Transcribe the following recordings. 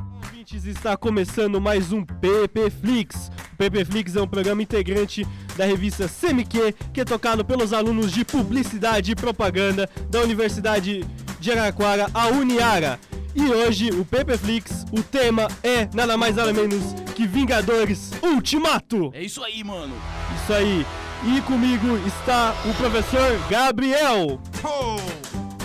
ouvintes, está começando mais um PP Flix. O PP Flix é um programa integrante da revista CMQ, que é tocado pelos alunos de Publicidade e Propaganda da Universidade de Araraquara, a Uniara. E hoje, o PP Flix, o tema é nada mais nada menos que Vingadores Ultimato. É isso aí, mano. Isso aí. E comigo está o professor Gabriel,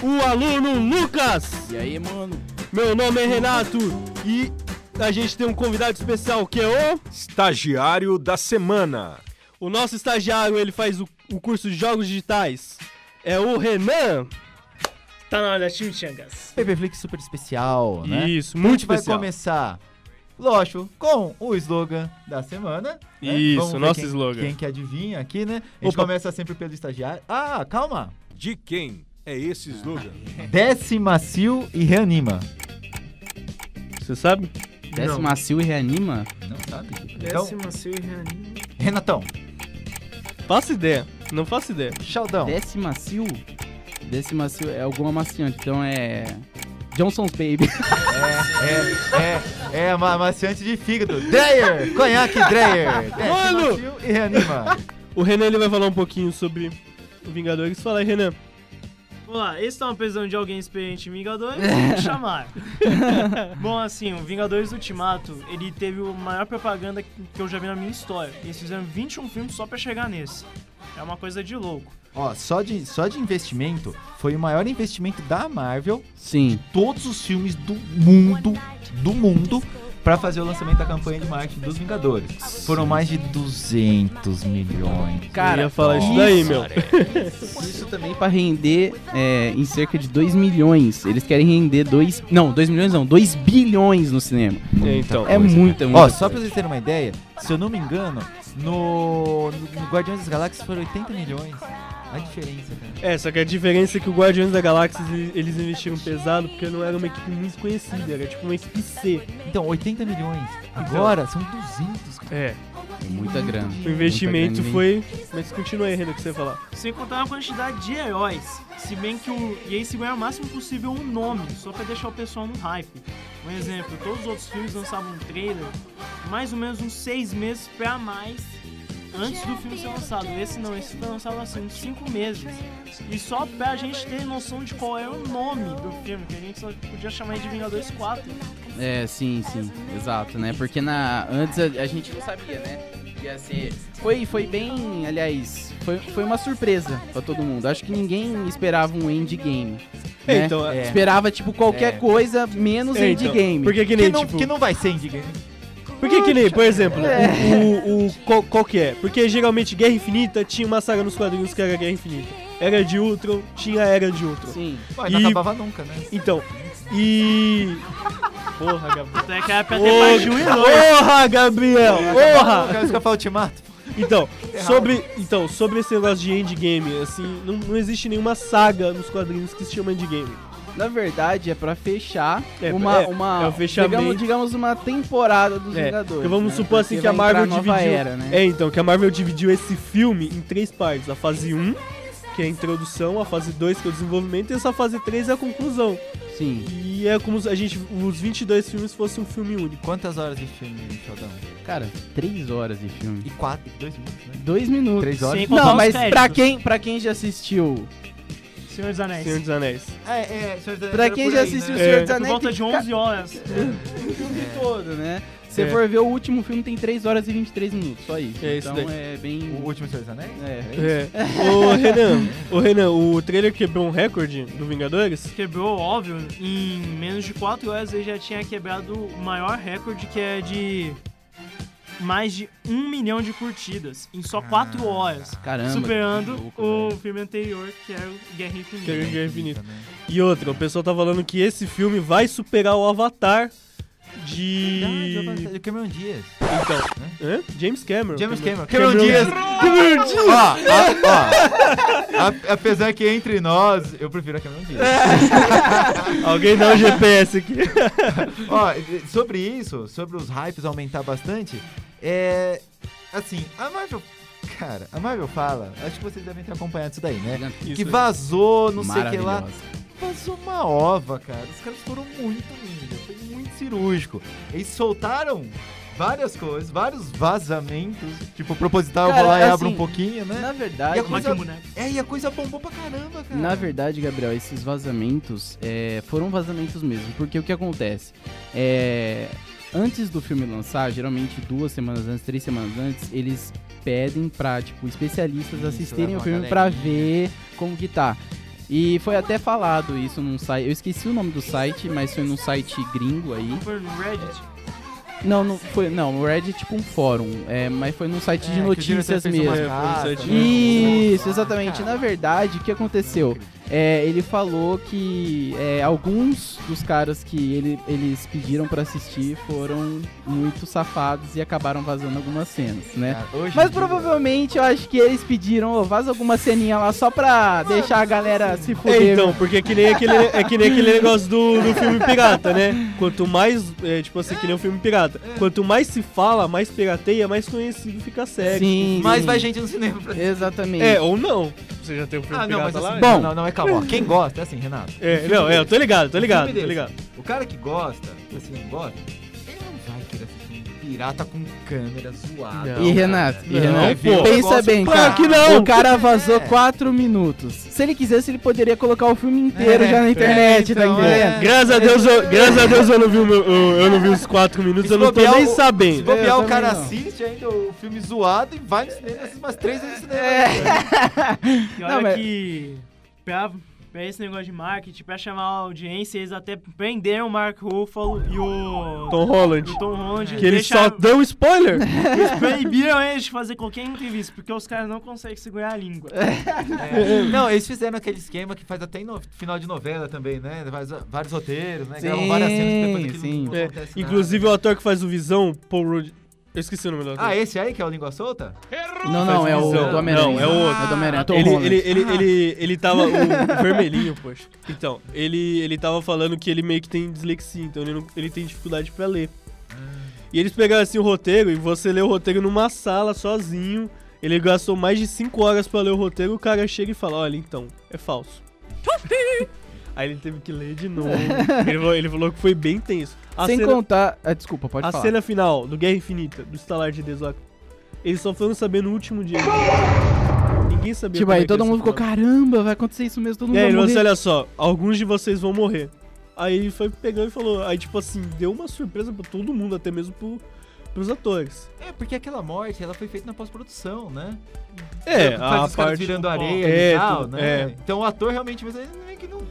o aluno Lucas. E aí, mano? Meu nome é Renato e a gente tem um convidado especial que é o, Estagiário da semana. o nosso estagiário, ele faz o, o curso de jogos digitais. É o Renan. Tá na hora, Chimichangas. PPFlix é super especial, né? Isso, a muito gente vai especial. começar, lógico, com o slogan da semana. né? Isso, Vamos ver nosso quem, slogan. Quem que adivinha aqui, né? A gente Opa. começa sempre pelo estagiário. Ah, calma. De quem é esse slogan? Décima Sil e reanima. Você sabe? Desce macio e reanima? Não sabe? Então, Décima Sil e Reanima. Renatão, Faço ideia. Não faço ideia. Sheldão, Desce macio? Desce macio é alguma maciante, então é. Johnson's Baby. é, é, é ma- maciante de fígado. Dreyer, conhaque Dreyer. Décima Mano! Sil e reanima. O Renan, ele vai falar um pouquinho sobre o Vingadores. Fala aí, Renan. Vamos lá, eles estavam precisando de alguém experiente em Vingadores, vamos chamar. Bom, assim, o Vingadores Ultimato, ele teve a maior propaganda que eu já vi na minha história. Eles fizeram 21 filmes só pra chegar nesse. É uma coisa de louco. Ó, só de, só de investimento, foi o maior investimento da Marvel Sim. todos os filmes do mundo, do mundo, pra fazer o lançamento da campanha de marketing dos Vingadores. Foram mais de 200 milhões. Cara, eu ia falar isso isso- daí, meu. É, Isso também pra render é, em cerca de 2 milhões. Eles querem render 2. Não, 2 milhões não, 2 bilhões no cinema. É, então. É muita, muita. Ó, só pra vocês terem uma ideia, se eu não me engano, no, no Guardiões das Galáxias foram 80 milhões. A diferença, cara. É, só que a diferença é que o Guardiões da Galáxia ele- eles investiram pesado porque não era uma equipe muito conhecida, era tipo uma equipe C. Então, 80 milhões. Agora são 200. cara. É. É muita grana. O investimento Muita grana, foi. Mas continua aí, Renan, o que você ia falar. Sem contar a quantidade de heróis. Se bem que o. E aí se ganhar o máximo possível um nome, só pra deixar o pessoal no hype. Um exemplo, todos os outros filmes lançavam um trailer mais ou menos uns seis meses pra mais antes do filme ser lançado. Esse não, esse foi lançado assim, uns cinco meses. E só pra gente ter noção de qual era o nome do filme, que a gente só podia chamar ele de Vingadores 4. É, sim, sim, exato, né? Porque na antes a, a gente não sabia, né? que Ia ser. Foi, foi bem, aliás, foi, foi uma surpresa pra todo mundo. Acho que ninguém esperava um endgame. É, né? então, é. Esperava, tipo, qualquer É. coisa menos É, então, endgame. Porque que nem, Que não, tipo, que não vai ser Endgame. Por que que nem, por exemplo, o, o- o- qual, qual que é? Porque geralmente Guerra Infinita tinha uma saga nos quadrinhos que era Guerra Infinita. Era de Ultron, tinha Era de Ultron. Sim. Mas não E- acabava nunca, né? Então, e... Porra, Gabriel. Até que era pra ter mais de um Ô, Porra, Gabriel! um Porra! Acabava nunca, Ultimato. Então, sobre, então, sobre esse negócio de endgame, assim, não, não existe nenhuma saga nos quadrinhos que se chama endgame. Na verdade, é pra fechar É, uma. é, uma é o fechamento. Digamos, digamos, uma temporada dos É, Vingadores. Porque vamos né? supor assim Porque que a vai Marvel entrar nova dividiu. era, né? É, então, que a Marvel dividiu esse filme em três partes. A fase 1, que é a introdução, a fase 2, que é o desenvolvimento, e essa fase 3 é a conclusão. Sim. E é como se a gente. Os 22 filmes fossem um filme único. Quantas horas de filme, Sheldão? Cara, três horas de filme. E quatro, dois minutos, né? Dois minutos. Três horas. Sem contar Não, os mas créditos. pra quem, pra quem já assistiu Senhor dos Anéis. Senhor dos Anéis. É, é, Senhor dos Anéis Pra era quem por já aí, assistiu o né? Senhor É. dos Por Anéis, volta de 11 horas. tem todo, né? Se É. for ver, o último filme tem 3 horas e 23 minutos, só isso. É isso então daí. é bem... O último Senhor dos Anéis? É. É. Ô Renan, ô Renan, o trailer quebrou um recorde do Vingadores? quebrou, óbvio, em menos de 4 horas ele já tinha quebrado o maior recorde, que é de mais de 1 milhão de curtidas, em só 4 horas. Caramba. superando que louco, o velho. filme anterior, que era o Guerra Que Infinita. é Guerra Infinita. Também. E outra, o pessoal tá falando que esse filme vai superar o Avatar de. Verdade, eu passei- Cameron Dias. Então, Né? hã? James Cameron. James Cameron. Cameron Cameron Diaz. Diaz. Cameron Dias. Ó, ó, ó. É. A- Apesar que entre nós, eu prefiro a Cameron Dias. Alguém dá um GPS aqui. Ó, e- sobre isso, sobre os hypes aumentar bastante, é... Assim, a Marvel... Cara, a Marvel fala, acho que vocês devem ter acompanhado isso daí, né? que aí. vazou, não sei o que lá. Maravilhosa. Vazou uma ova, cara. Os caras foram muito lindos. Foi muito cirúrgico. Eles soltaram várias coisas, vários vazamentos. Tipo, proposital, eu Cara, vou lá e assim, abro um pouquinho, né? Na E verdade, a Mas né? coisa- que boneco. É, e a coisa bombou pra caramba, cara. Na verdade, Gabriel, esses vazamentos é, foram vazamentos mesmo, porque o que acontece? É, antes do filme lançar, geralmente duas semanas antes, três semanas antes, eles pedem pra, tipo, especialistas Isso, assistirem leva o uma filme pra galerinha. ver como que tá. E foi até falado isso num site, eu esqueci o nome do site, mas foi num site gringo aí. Foi no Reddit. Não, não foi, não, o Reddit é tipo um fórum, é, mas foi num site É, que de o diretor notícias fez uma mesmo. carta, Isso, né? Isso, Ah, exatamente. cara. Na verdade, o que aconteceu? É, ele falou que é, alguns dos caras que ele- eles pediram pra assistir foram muito safados e acabaram vazando algumas cenas, né? Cara, hoje Mas em dia- provavelmente eu acho que eles pediram, ó, vaza alguma ceninha lá só pra deixar a galera se É, fuder. então, porque é que nem aquele, é que nem aquele negócio do, do filme pirata, né? Quanto mais, é, tipo assim, que nem um filme pirata. Quanto mais se fala, mais pirateia, mais conhecido fica a série. Sim, Mas sim. vai gente no cinema pra... Exatamente. É, ou não. Você já tem um filme Ah, não, pirata mas lá? assim... é? Bom, não, não, é calma. ó, Quem gosta, é assim, Renato. É, não, é, eu tô ligado, tô ligado, filme tô desse. ligado. O cara que gosta, assim, não gosta, ele não vai querer assistir um pirata com câmera zoada. E Renato, e Não, Renato, pô. pensa bem, Claro cara. que não. O cara vazou É. 4 minutos. Se ele quisesse, ele poderia colocar o filme inteiro É, já na internet, é, tá então, entendendo? é. Graças a Deus, eu, graças a Deus eu não vi, o meu- eu, eu não vi os quatro minutos, eu não tô Se bobear, nem o- Se sabendo. Eu bobear, o também cara não. assiste ainda o filme zoado e vai no cinema, assiste umas três vezes no cinema. né? E Não, olha mas- que pra, pra esse negócio de marketing, pra chamar a audiência, eles até prenderam o Mark Ruffalo e o Tom Holland. o Tom Holland. Que ele só deixaram- deu spoiler. Eles proibiram eles de fazer qualquer entrevista, porque os caras não conseguem segurar a língua. É. Não, eles fizeram aquele esquema que faz até em no- final de novela também, né? Faz vários roteiros, né? Gravam Sim, várias cenas que depois aquilo sim. não É, acontece nada. Inclusive o ator que faz o Visão, Paul Rudd. Eu esqueci o nome do ator. Ah, esse aí que é o Língua Solta? Não, não, é o Não, do Homem-Aranha. não, é o outro. É o do Homem-Aranha, é o Tom ele, Holland. ele, ele, ele, ele tava. O vermelhinho, poxa. Então, ele, ele tava falando que ele meio que tem dislexia, então ele, não- ele tem dificuldade pra ler. E eles pegaram assim o roteiro e você lê o roteiro numa sala sozinho. Ele gastou mais de 5 horas pra ler o roteiro, o cara chega e fala: Olha, então, é falso. Aí ele teve que ler de novo. Ele falou, ele falou que foi bem tenso. A Sem cena- contar... Ah, desculpa, pode a falar. cena final do Guerra Infinita, do estalar de Deus lá, eles só foram saber no último dia. Ninguém sabia. Tipo, como é aí que todo ia mundo ser ficou, final. caramba, vai acontecer isso mesmo, todo mundo E aí, vai ele falou assim, morrer. olha só, alguns de vocês vão morrer. Aí ele foi pegando e falou, aí tipo assim, deu uma surpresa pra todo mundo, até mesmo pro, pros atores. É, porque aquela morte, ela foi feita na pós-produção, né? É, Faz a os caras parte... virando areia É, e tal, tudo- né? é. Então o ator realmente, mas ele meio que não...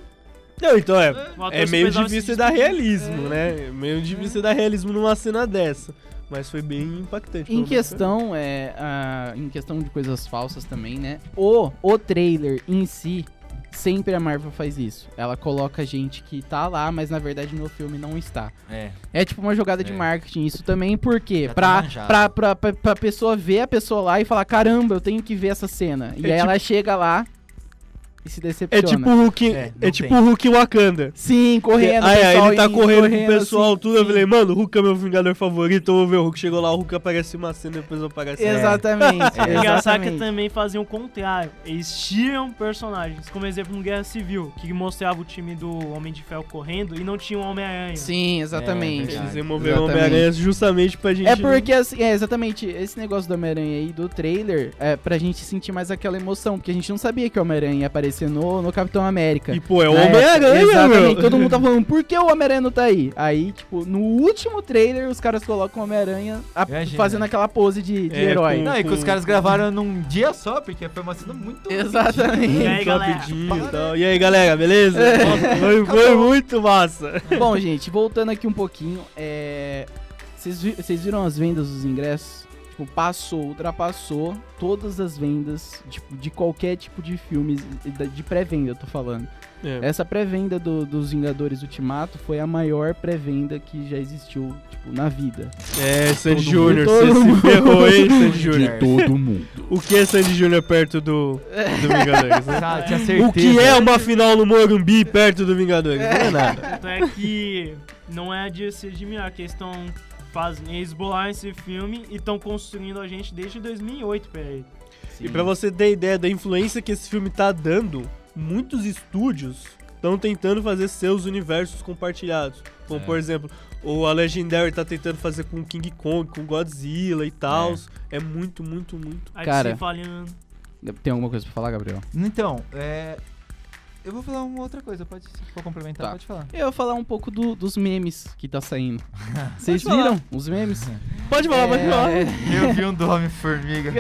Não, então é, O ator é se meio pesava se difícil des- dar realismo, né? É Meio difícil dar realismo numa cena dessa. Mas foi bem impactante. pelo Em menos. né? questão, é, ah, em questão de coisas falsas também, né? O, o trailer em si, sempre a Marvel faz isso. Ela coloca gente que tá lá, mas na verdade no filme não está. É. É tipo uma jogada de É. marketing isso também, por quê? Já tá Pra, manjado. pra, pra, pra, pra pessoa ver a pessoa lá e falar, caramba, eu tenho que ver essa cena. E É aí tipo- ela chega lá e se É decepciona. tipo Hulk, É, é, não tipo tem. Hulk e Wakanda. Sim, correndo, Ah, é, pessoal, ele tá e correndo, com o pessoal, assim, tudo. Eu sim. falei, mano, o Hulk é meu vingador favorito. Eu vou ver o Hulk. Chegou lá, o Hulk aparece uma cena, depois aparece outra. assim. Exatamente. É. Engraçado que exatamente. também faziam o contrário. Eles tiram personagens, como exemplo no Guerra Civil, que mostrava o time do Homem de Ferro correndo e não tinha o Homem-Aranha. Sim, exatamente. É verdade. Eles removeram o Exatamente. Homem-Aranha justamente pra gente. É porque, assim, é exatamente, esse negócio do Homem-Aranha aí, do trailer, é pra gente sentir mais aquela emoção, porque a gente não sabia que o Homem-Aranha ia aparecer no, no Capitão América. E pô, é o Na época. Homem-Aranha, Exatamente, meu. todo mundo tá falando, por que o Homem-Aranha não tá aí? Aí, tipo, no último trailer, os caras colocam o Homem-Aranha a- Imagina. fazendo aquela pose de, de É, herói. com- Não, e que os caras gravaram num dia só, porque foi uma cena muito... E Exatamente. aí, galera? Rapidinho e tal. E aí, galera, beleza? É. Nossa, foi, foi muito massa. Bom, gente, voltando aqui um pouquinho, é. Vocês vi- vocês viram as vendas dos ingressos? Tipo, passou, ultrapassou todas as vendas tipo, de qualquer tipo de filme, de- de pré-venda, eu tô falando. É. Essa pré-venda do- dos Vingadores Ultimato foi a maior pré-venda que já existiu, tipo, na vida. É, Sandy Todo mundo- Júnior, todo você mundo. se ferrou, hein, Sandy Júnior. todo mundo. O que é Sandy Júnior perto do, do Vingadores? né? Sabe, tinha certeza. O que é uma final no Morumbi perto do Vingadores? Não é nada. Tanto é que não é de se admirar que eles estão fazendo, eles bolaram esse filme e estão construindo a gente desde 2008 pra ele. E pra você ter ideia da influência que esse filme tá dando, É. muitos estúdios estão tentando fazer seus universos compartilhados. Como, por exemplo, o Ou a Legendary tá tentando fazer com King Kong, com Godzilla e tal. É. muito, muito, muito. Aí Cara. você falhando. Tem alguma coisa pra falar, Gabriel? Então, é. Eu vou falar uma outra coisa, pode se for complementar, Tá. pode falar. Eu vou falar um pouco do- dos memes que tá saindo. Vocês Pode falar. viram os memes? Pode falar, pode falar. É, Eu vi um do Homem-Formiga.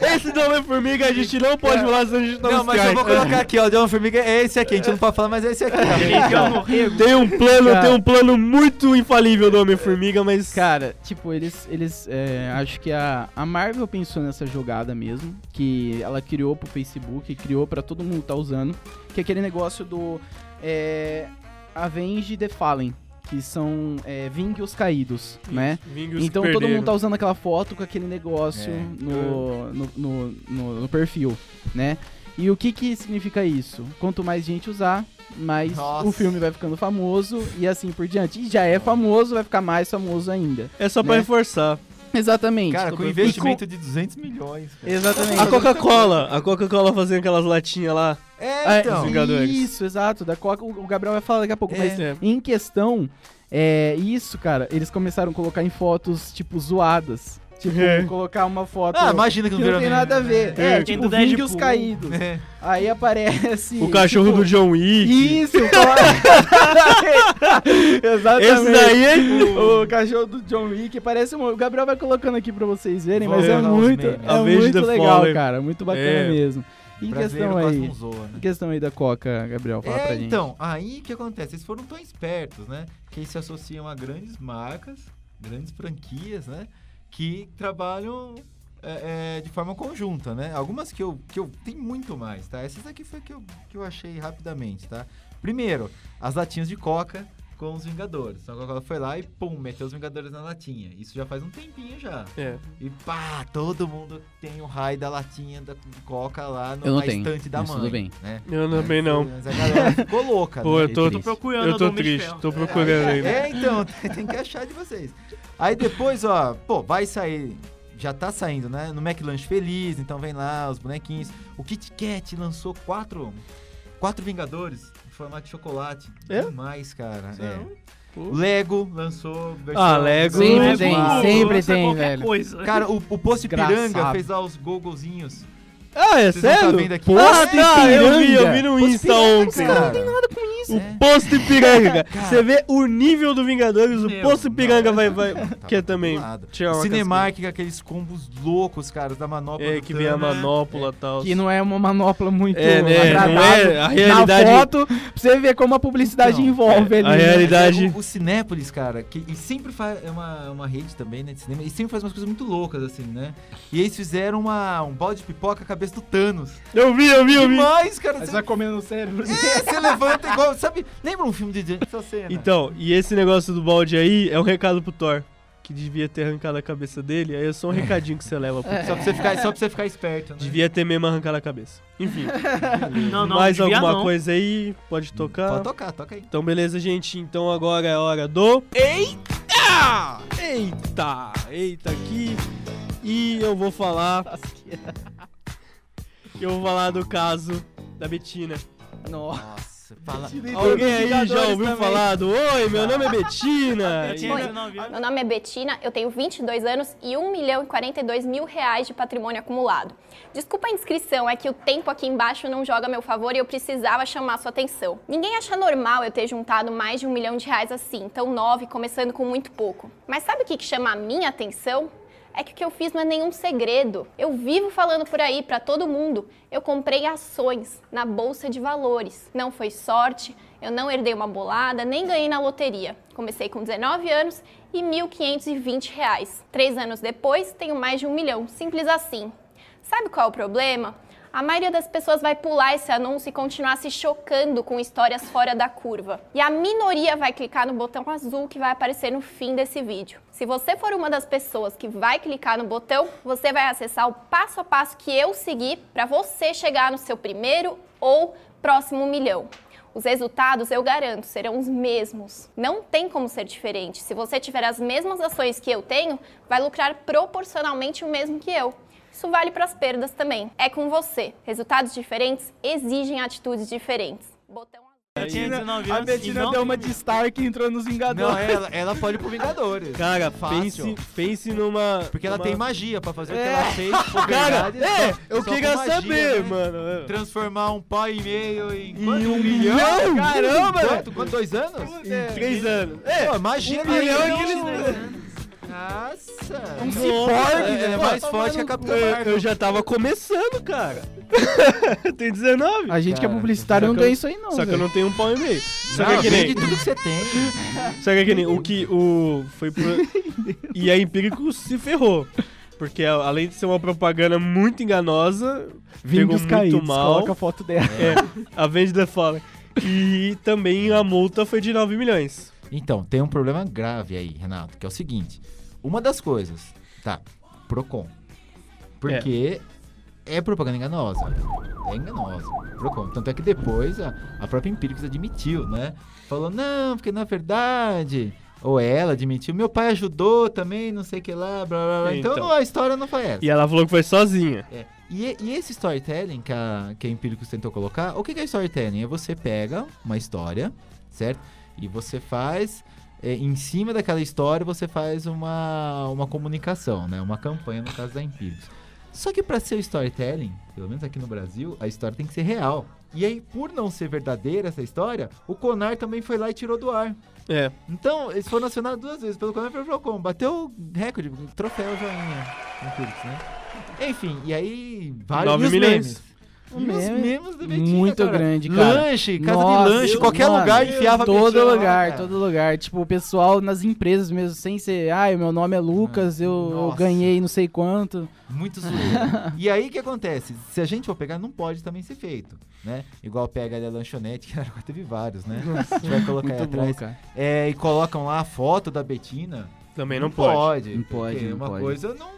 Esse não é formiga, a gente não pode falar senão a gente tá Não, no mas eu Skype. vou colocar aqui, ó. O de Homem-Formiga é esse aqui. A gente não pode falar, mas é esse aqui. Ele ó. enfiou no rego. Tem um plano, Cara. tem um plano muito infalível do Homem-Formiga, mas. Cara, tipo, eles. eles é, acho que a, a Marvel pensou nessa jogada mesmo. Que ela criou pro Facebook, criou pra todo mundo tá usando. Que é aquele negócio do. É, Avenge the Fallen. Que são é, Vingue os Caídos, né? Vingos Então que todo mundo tá perderam. usando aquela foto com aquele negócio É. no, no, no- no- no perfil, né? E o que que significa isso? Quanto mais gente usar, mais Nossa. o filme vai ficando famoso e assim por diante. E já é famoso, vai ficar mais famoso ainda. É só pra né? reforçar. Exatamente. Cara, com Sobre- investimento de 200 milhões. cara. Exatamente. A Coca-Cola, a Coca-Cola fazendo aquelas latinhas lá. É, os então. Vingadores. Isso, exato. Da Coca, o Gabriel vai falar daqui a pouco, É. mas em questão, é isso, cara, eles começaram a colocar em fotos, tipo, zoadas. Tipo, É. colocar uma foto Ah, imagina que que não não virou tem nada a ver. É, É, tem tipo, do vingue Deadpool. os caídos. É. Aí aparece... O cachorro tipo, do John Wick. Isso, exatamente. Esse daí é. O cachorro do John Wick parece um. O Gabriel vai colocando aqui pra vocês verem, Vou mas é colocar os muito, memes. é Avenge the muito legal, Fallen. cara. Muito bacana É. mesmo. E em Brasileiro questão quase aí. não zoa, né? Em questão aí da Coca, Gabriel, fala pra É, gente. então, aí o que acontece? Eles foram tão espertos, né? Que eles se associam a grandes marcas, grandes franquias, né? Que trabalham é, é, de forma conjunta, né? Algumas que eu, que eu. Tem muito mais, tá? Essas aqui foi que eu, que eu achei rapidamente, tá? Primeiro, as latinhas de Coca com os Vingadores. Então a Coca-Cola foi lá e pum, meteu os Vingadores na latinha. Isso já faz um tempinho já. É. E pá, todo mundo tem o raio da latinha da Coca lá Eu não na tenho, estante da mas mãe. tudo bem. Né? Eu também não. Mas a galera ficou louca, Pô, né? eu tô, Triste. Procurando eu a tô do Homem de triste, Ferro. tô procurando ainda. É, então, tem que achar de vocês. Aí depois, ó, pô, vai sair. Já tá saindo, né? No McLanche Feliz, então vem lá os bonequinhos. O Kit Kat lançou quatro, quatro Vingadores em formato de chocolate. É? Demais, cara. É. Pô. Lego lançou. Ah, Lego. Sempre Não é tem, Google, sempre lança tem, qualquer velho. Coisa. Cara, o, o Poço Engraçado. Ipiranga fez lá os gogozinhos. Ah, é Vocês não tá sério? vendo aqui? Posto Ah, Ipiranga. Eu vi, eu vi no Posto Insta Ipiranga, ontem. Então, Cara, O Posto Ipiranga. Você vê o nível do Vingadores, o Meu, Posto Ipiranga não, vai... não, vai não, tá que é também... lado. tirar uma Cinemark, com aqueles combos loucos, cara, da manopla. né? É, do que vem a Thanos. manopla e tal. Que não é uma manopla muito É, né? agradável. Não é a realidade. Na foto, pra você ver como a publicidade Então, envolve é, ali. a né? realidade- Verdade. O, o Cinépolis, cara, que e sempre faz. É uma, uma rede também, né? De cinema. E sempre faz umas coisas muito loucas, assim, né? E eles fizeram uma, um balde de pipoca à cabeça do Thanos. Eu vi, eu vi, eu vi. Demais, cara. Mas Você, vai comendo no cérebro. é, você levanta igual. Sabe? Lembra um filme de Jason Cena? Então, e esse negócio do balde aí é um recado pro Thor. Que devia ter arrancado a cabeça dele. Aí é só um recadinho que você leva. Pro... Só pra você ficar, só pra você ficar esperto, né? Devia ter mesmo arrancado a cabeça. Enfim, Não, não, mais devia alguma não. coisa aí? Pode tocar. um. Pode tocar, toca aí. Então, beleza, gente. Então agora é hora do. Eita! Eita! Eita aqui. E eu vou falar. Eu vou falar do caso da Betina. Nossa. Nossa, fala. Alguém aí já Vingadores ouviu também. falar do Oi, meu nome é Betina. né? Tinha Oi. 19 anos. Meu nome é Betina, eu tenho 22 anos e 1 milhão e 42 mil reais de patrimônio acumulado. Desculpa a inscrição, é que o tempo aqui embaixo não joga a meu favor e eu precisava chamar sua atenção. Ninguém acha normal eu ter juntado mais de um milhão de reais assim, tão nove, começando com muito pouco. Mas sabe o que, que chama a minha atenção? É que o que eu fiz não é nenhum segredo. Eu vivo falando por aí pra todo mundo. Eu comprei ações na bolsa de valores. Não foi sorte, eu não herdei uma bolada, nem ganhei na loteria. Comecei com 19 anos e 1.520 reais. Três anos depois, tenho mais de um milhão. Simples assim. Sabe qual é o problema? A maioria das pessoas vai pular esse anúncio e continuar se chocando com histórias fora da curva. E a minoria vai clicar no botão azul que vai aparecer no fim desse vídeo. Se você for uma das pessoas que vai clicar no botão, você vai acessar o passo a passo que eu segui para você chegar no seu primeiro ou próximo milhão. Os resultados, eu garanto, serão os mesmos. Não tem como ser diferente. Se você tiver as mesmas ações que eu tenho, vai lucrar proporcionalmente o mesmo que eu. Isso vale para as perdas também. É com você. Resultados diferentes exigem atitudes diferentes. Botão Eu tinha 19 A anos. e Betina não deu uma tenho- de Stark e entrou nos Vingadores. Não, ela, ela pode ir pro Vingadores. é. Cara, pense, Fácil. pense numa. Porque ela numa- tem magia pra fazer o que É. ela fez. por Cara, verdade, é, só- eu só queria com magia, saber, né? mano. Transformar um pau e meio em, Em quanto? um milhão? Caramba, Quanto? Quanto? Dois anos? É. Em três anos. É, Pô, magia um né? milhão é aquele- Nossa. Um Nossa, ciborgue, é, é né? mais Pô, forte que tomar a no Capitã cu. Marvel. É, eu, eu já tava começando, cara. tem 19. A gente que é Cara, publicitário só não que eu- tem isso aí, não. Só que eu velho. não tenho um pau e meio. Só que é Não, que vende nem. tudo que você tem. Só que é que nem. O que. O. Foi pro. e a Empírico se ferrou. Porque a- além de ser uma propaganda muito enganosa, pegou Vinhos muito caídos, mal. coloca a foto dela. É, a Vende the Fallen. E também a multa foi de 9 milhões. Então, tem um problema grave aí, Renato, que é o seguinte. Uma das coisas, tá, Procon. Porque é, propaganda enganosa. É enganosa. Procon. Tanto é que depois a, a própria Empíricos admitiu, né? Falou, não, porque na verdade... Ou ela admitiu, meu pai ajudou também, não sei o que lá, blá blá blá. Então, Então. não, a história não foi essa. E ela falou que foi sozinha. É, E, e esse storytelling que a, que a Empíricos tentou colocar, o que, que é storytelling? É você pega uma história, certo? E você faz, é, em cima daquela história, você faz uma, uma comunicação, né? Uma campanha, no caso da Empíricos. Só que para ser storytelling, pelo menos aqui no Brasil, a história tem que ser real. E aí, por não ser verdadeira essa história, o Conar também foi lá e tirou do ar. É. Então, eles foram acionados duas vezes, pelo Conar e pelo Procon. Bateu o recorde, troféu joinha. Empíricos, né? Enfim, e aí vários Nove e os milhões. memes. Um E os meme memes da Betina, muito cara. grande, cara. Lanche, casa Nossa, de lanche, eu- qualquer mano, lugar enfiava a Todo Betina lá, É. lugar, cara. todo lugar. Tipo, o pessoal nas empresas mesmo, sem ser, ai, meu nome é Lucas, eu, eu Ah, Nossa. ganhei não sei quanto. Muito zoeira. e aí o que acontece? Se a gente for pegar, não pode também ser feito, né? Igual pega ali a lanchonete, que agora teve vários, né? a gente vai colocar aí Muito bom, atrás. cara. É, e colocam lá a foto da Betina. Também não pode. Não pode, porque não uma pode. coisa não,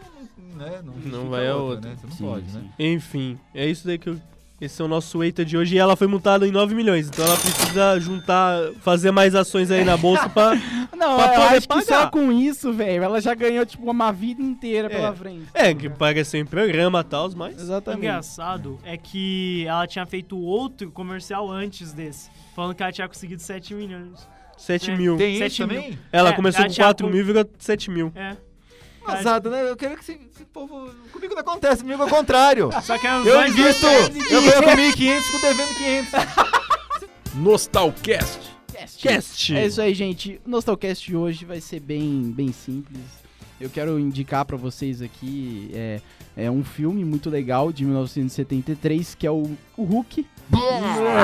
né, não, justifica vai a outra. né? Você não Sim, pode, né? sim. Enfim, é isso daí que eu. Esse é o nosso Eita de hoje e ela foi multada em 9 milhões. Então ela precisa juntar, fazer mais ações aí na bolsa pra. Não, é, Pra eu poder acho que pagar. só com isso, velho, ela já ganhou, tipo, uma vida inteira pela frente. É, que paga sem programa e tal, mas. O Exatamente. engraçado é que ela tinha feito outro comercial antes desse, falando que ela tinha conseguido 7 milhões. 7 É. mil. Tem Sete isso também? Ela É, começou ela com tinha 4 com- mil e virou 7 mil. É. Engraçado, né? Eu quero que esse, esse povo... Comigo não acontece, comigo é o contrário. Só que os Eu dois invisto! Eu ganho com 1.500, fico devendo 500. Nostalcast. Cast! É isso aí, gente. O Nostalcast de hoje vai ser bem, bem simples. Eu quero indicar pra vocês aqui é, é um filme muito legal de 1973, que é o, o Hulk.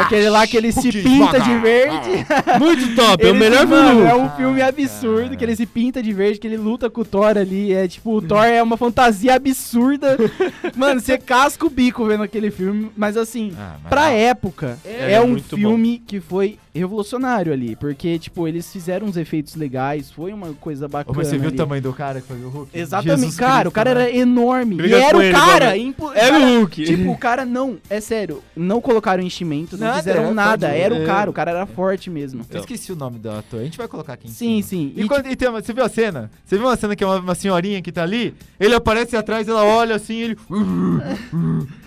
Aquele lá que ele se Hulk pinta de esmaga. verde. Muito top, é o Ele se- melhor mano, filme. É um filme absurdo que ele se pinta de verde, que ele luta com o Thor ali. É tipo, o Thor é uma fantasia absurda. mano, você casca o bico vendo aquele filme. Mas assim, Ah, pra época, é, É um muito filme que foi revolucionário ali. Porque, tipo, eles fizeram uns efeitos legais, foi uma coisa Ô, bacana. mas você viu o ali. tamanho do cara que foi o Hulk? Exatamente, Jesus cara, Cristo, o cara né? era enorme. E Briga era com o ele, cara, mano. impo- Era É cara, É o Hulk. Tipo, o cara não, é sério, não colocaram enchimento, não Nada, fizeram era nada, tadinho. era o É. cara, o cara era forte mesmo. Eu esqueci o nome do ator, a gente vai colocar aqui em Sim, cima. sim. É, E, tipo- quando, e tem uma- você viu a cena? Você viu uma cena que é uma, uma senhorinha que tá ali? Ele aparece atrás, ela olha assim, ele.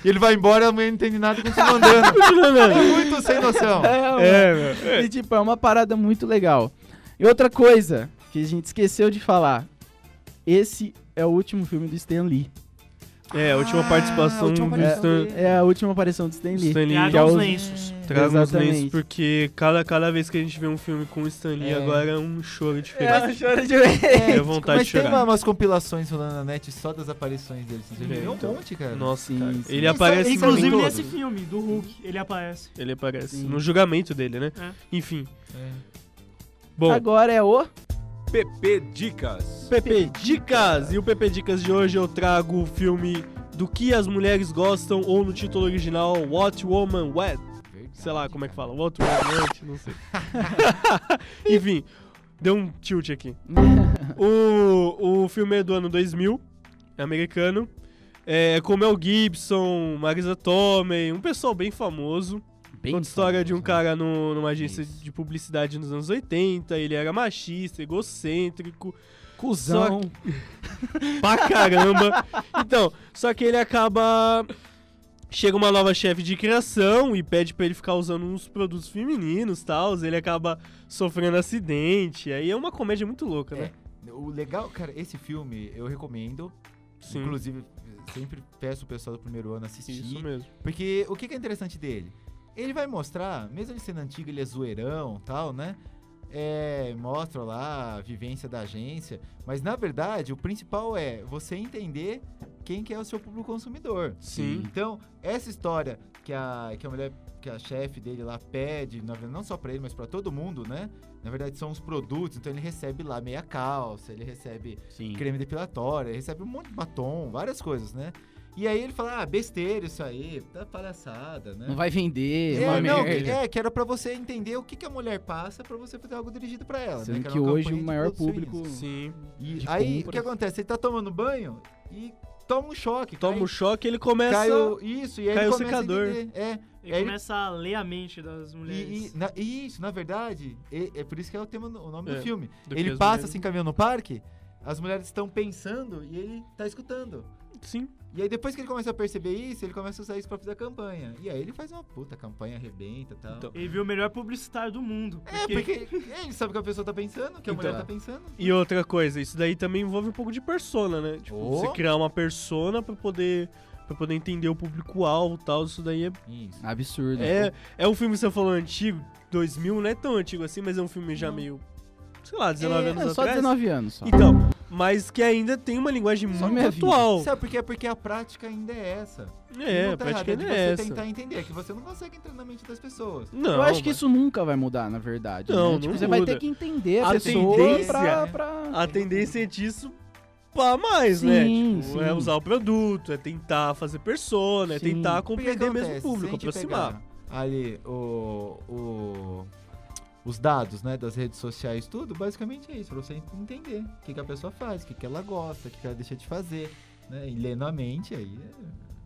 e ele vai embora, a mulher não entende nada e continua andando. É muito sem noção. É, mano. É, meu. E, tipo, é uma parada muito legal. E outra coisa que a gente esqueceu de falar. Esse é o último filme do Stan Lee. É, a última Ah, participação última do participação Stan, dele. É a última aparição do Stan Lee. Stan Lee. Traga Já os os- lenços. Traga os Exatamente. lenços, porque cada, cada vez que a gente vê um filme com o Stan Lee, É. agora é um choro diferente. chora de ver. É, Deu vontade mas de tem chorar. uma- umas compilações rolando na net só das aparições dele. Você já É, viu? então. um monte, cara. Nossa, Sim, cara. sim. Ele Isso- aparece isso- no Inclusive é todos. nesse filme do Hulk, ele aparece. Ele aparece Sim. no julgamento dele, né? É. Enfim. É. Bom, Agora é o... PP Dicas. PP Dicas! E o PP Dicas de hoje eu trago o filme Do que as mulheres gostam, ou no título original, What Woman Wet. Sei lá como é que fala. What Woman Wet, não sei. Enfim, deu um tilt aqui. O, o filme é do ano 2000, é americano. É, com Mel Gibson, Marisa Tomei, um pessoal bem famoso. Conta a história de um cara no- numa agência Isso. de publicidade nos anos 80. Ele era machista, egocêntrico, Cusão. pra caramba. então, só que ele acaba Chega uma nova chefe de criação e pede pra ele ficar usando uns produtos femininos e tal. Ele acaba sofrendo acidente. Aí é uma comédia muito louca, né? O legal, cara, esse filme eu recomendo. Sim. Inclusive, sempre peço o pessoal do primeiro ano assistir. Isso mesmo. Porque o que que é interessante dele? Ele vai mostrar, mesmo ele sendo antigo, ele é zoeirão tal, né? É, mostra lá a vivência da agência. Mas na verdade, o principal é você entender quem que é o seu público consumidor. Sim. Então, essa história que a, que a mulher, que a chefe dele lá pede, na verdade, não só pra ele, mas pra todo mundo, né? Na verdade, são os produtos. Então, ele recebe lá meia calça, ele recebe Sim. creme depilatório, ele recebe um monte de batom, várias coisas, né? E aí ele fala, ah, besteira isso aí, tá palhaçada, né? Não vai vender, é, uma é, não, que- merda. é, que era pra você entender o que, que a mulher passa pra você fazer algo dirigido pra ela. né? Sendo era que uma hoje campanha o de maior produtos público... femininos. Sim. E de aí, o compra. que acontece? Ele tá tomando banho e toma um choque. Toma cai, um choque ele começa. cai o- Isso, e aí cai o ele começa a secador. entender, É, Ele Ele- começa a ler a mente das E, mulheres. e- na- e isso, na verdade, e- é por isso que é o tema, do- o nome É, do filme. do que ele as passa mulheres- assim caminhando no parque, as mulheres estão pensando e ele tá escutando. Sim. E aí depois que ele começa a perceber isso, ele começa a usar isso pra fazer campanha. E aí ele faz uma puta campanha, arrebenta e tal. Então, Ele viu o melhor publicitário do mundo. é, porque ele sabe o que a pessoa tá pensando, o que a mulher Então. tá pensando. E outra coisa, isso daí também envolve um pouco de persona, né? Tipo, Oh. você criar uma persona pra poder para poder entender o público-alvo e tal, isso daí é, Isso. Absurdo. é é um filme que você falou antigo, 2000, não é tão antigo assim, mas é um filme já meio sei lá, 19 É, anos só atrás. 19 anos só. Então, mas que ainda tem uma linguagem Só muito minha vida. atual. Sabe por quê? Porque a prática ainda é essa. É, E não tá errado, praticamente de é você essa. tentar entender, que você não consegue entrar na mente das pessoas. Não, eu acho que mas isso nunca vai mudar, na verdade. Não, né? Tipo, não você vai muda. ter que entender a, A pessoa tendência- pra, pra- a tendência é disso pra mais, Sim, né? Tipo, sim. é usar o produto, é tentar fazer persona, é Sim. tentar Porque que compreender mesmo o acontece? Se a público, gente aproximar. pegar Ali, o, o- os dados né, das redes sociais, tudo, basicamente é isso, pra você entender o que, que a pessoa faz, o que, que ela gosta, o que, que ela deixa de fazer. Né, e lendo a mente, aí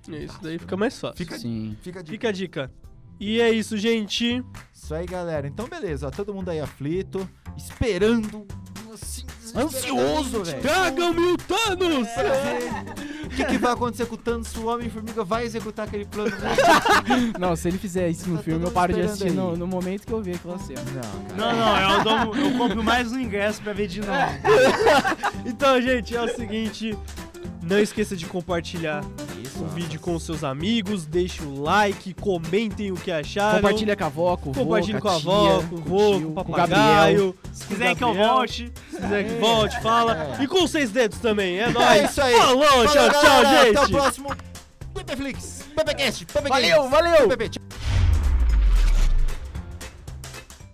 é- Isso daí fica mais fácil. Fica- Sim. fica de Fica a dica. E é isso, gente. Isso aí, galera. Então, beleza, ó, todo mundo aí aflito, esperando, assim, ansioso, velho. Tragam-me o Thanos! É. O que, que vai acontecer com o Thanos? Se o Homem-Formiga vai executar aquele plano? Não, se ele fizer isso no Tá filme, todo eu paro de esperando assistir aí. no, no momento que eu ver aquela cena. Ah, Não, Não, cara. não, eu, dou- eu compro mais um ingresso pra ver de novo. É. Então, gente, é o seguinte. Não esqueça de compartilhar o vídeo com os seus amigos, deixe o like, comentem o que acharam. Compartilha com a avó, com o vô, Compartilhe com com a a avó, tia, com o tio, vô, com o com o Gabriel. papagaio. Se quiser que eu Gabriel. volte, Se quiser que volte, fala. E com seis dedos também, é nóis. É isso aí. Falou, Falou, tchau, tchau, galera. gente. Até o próximo PPFlix, PPCast, PPCast. Valeu, valeu! PPP.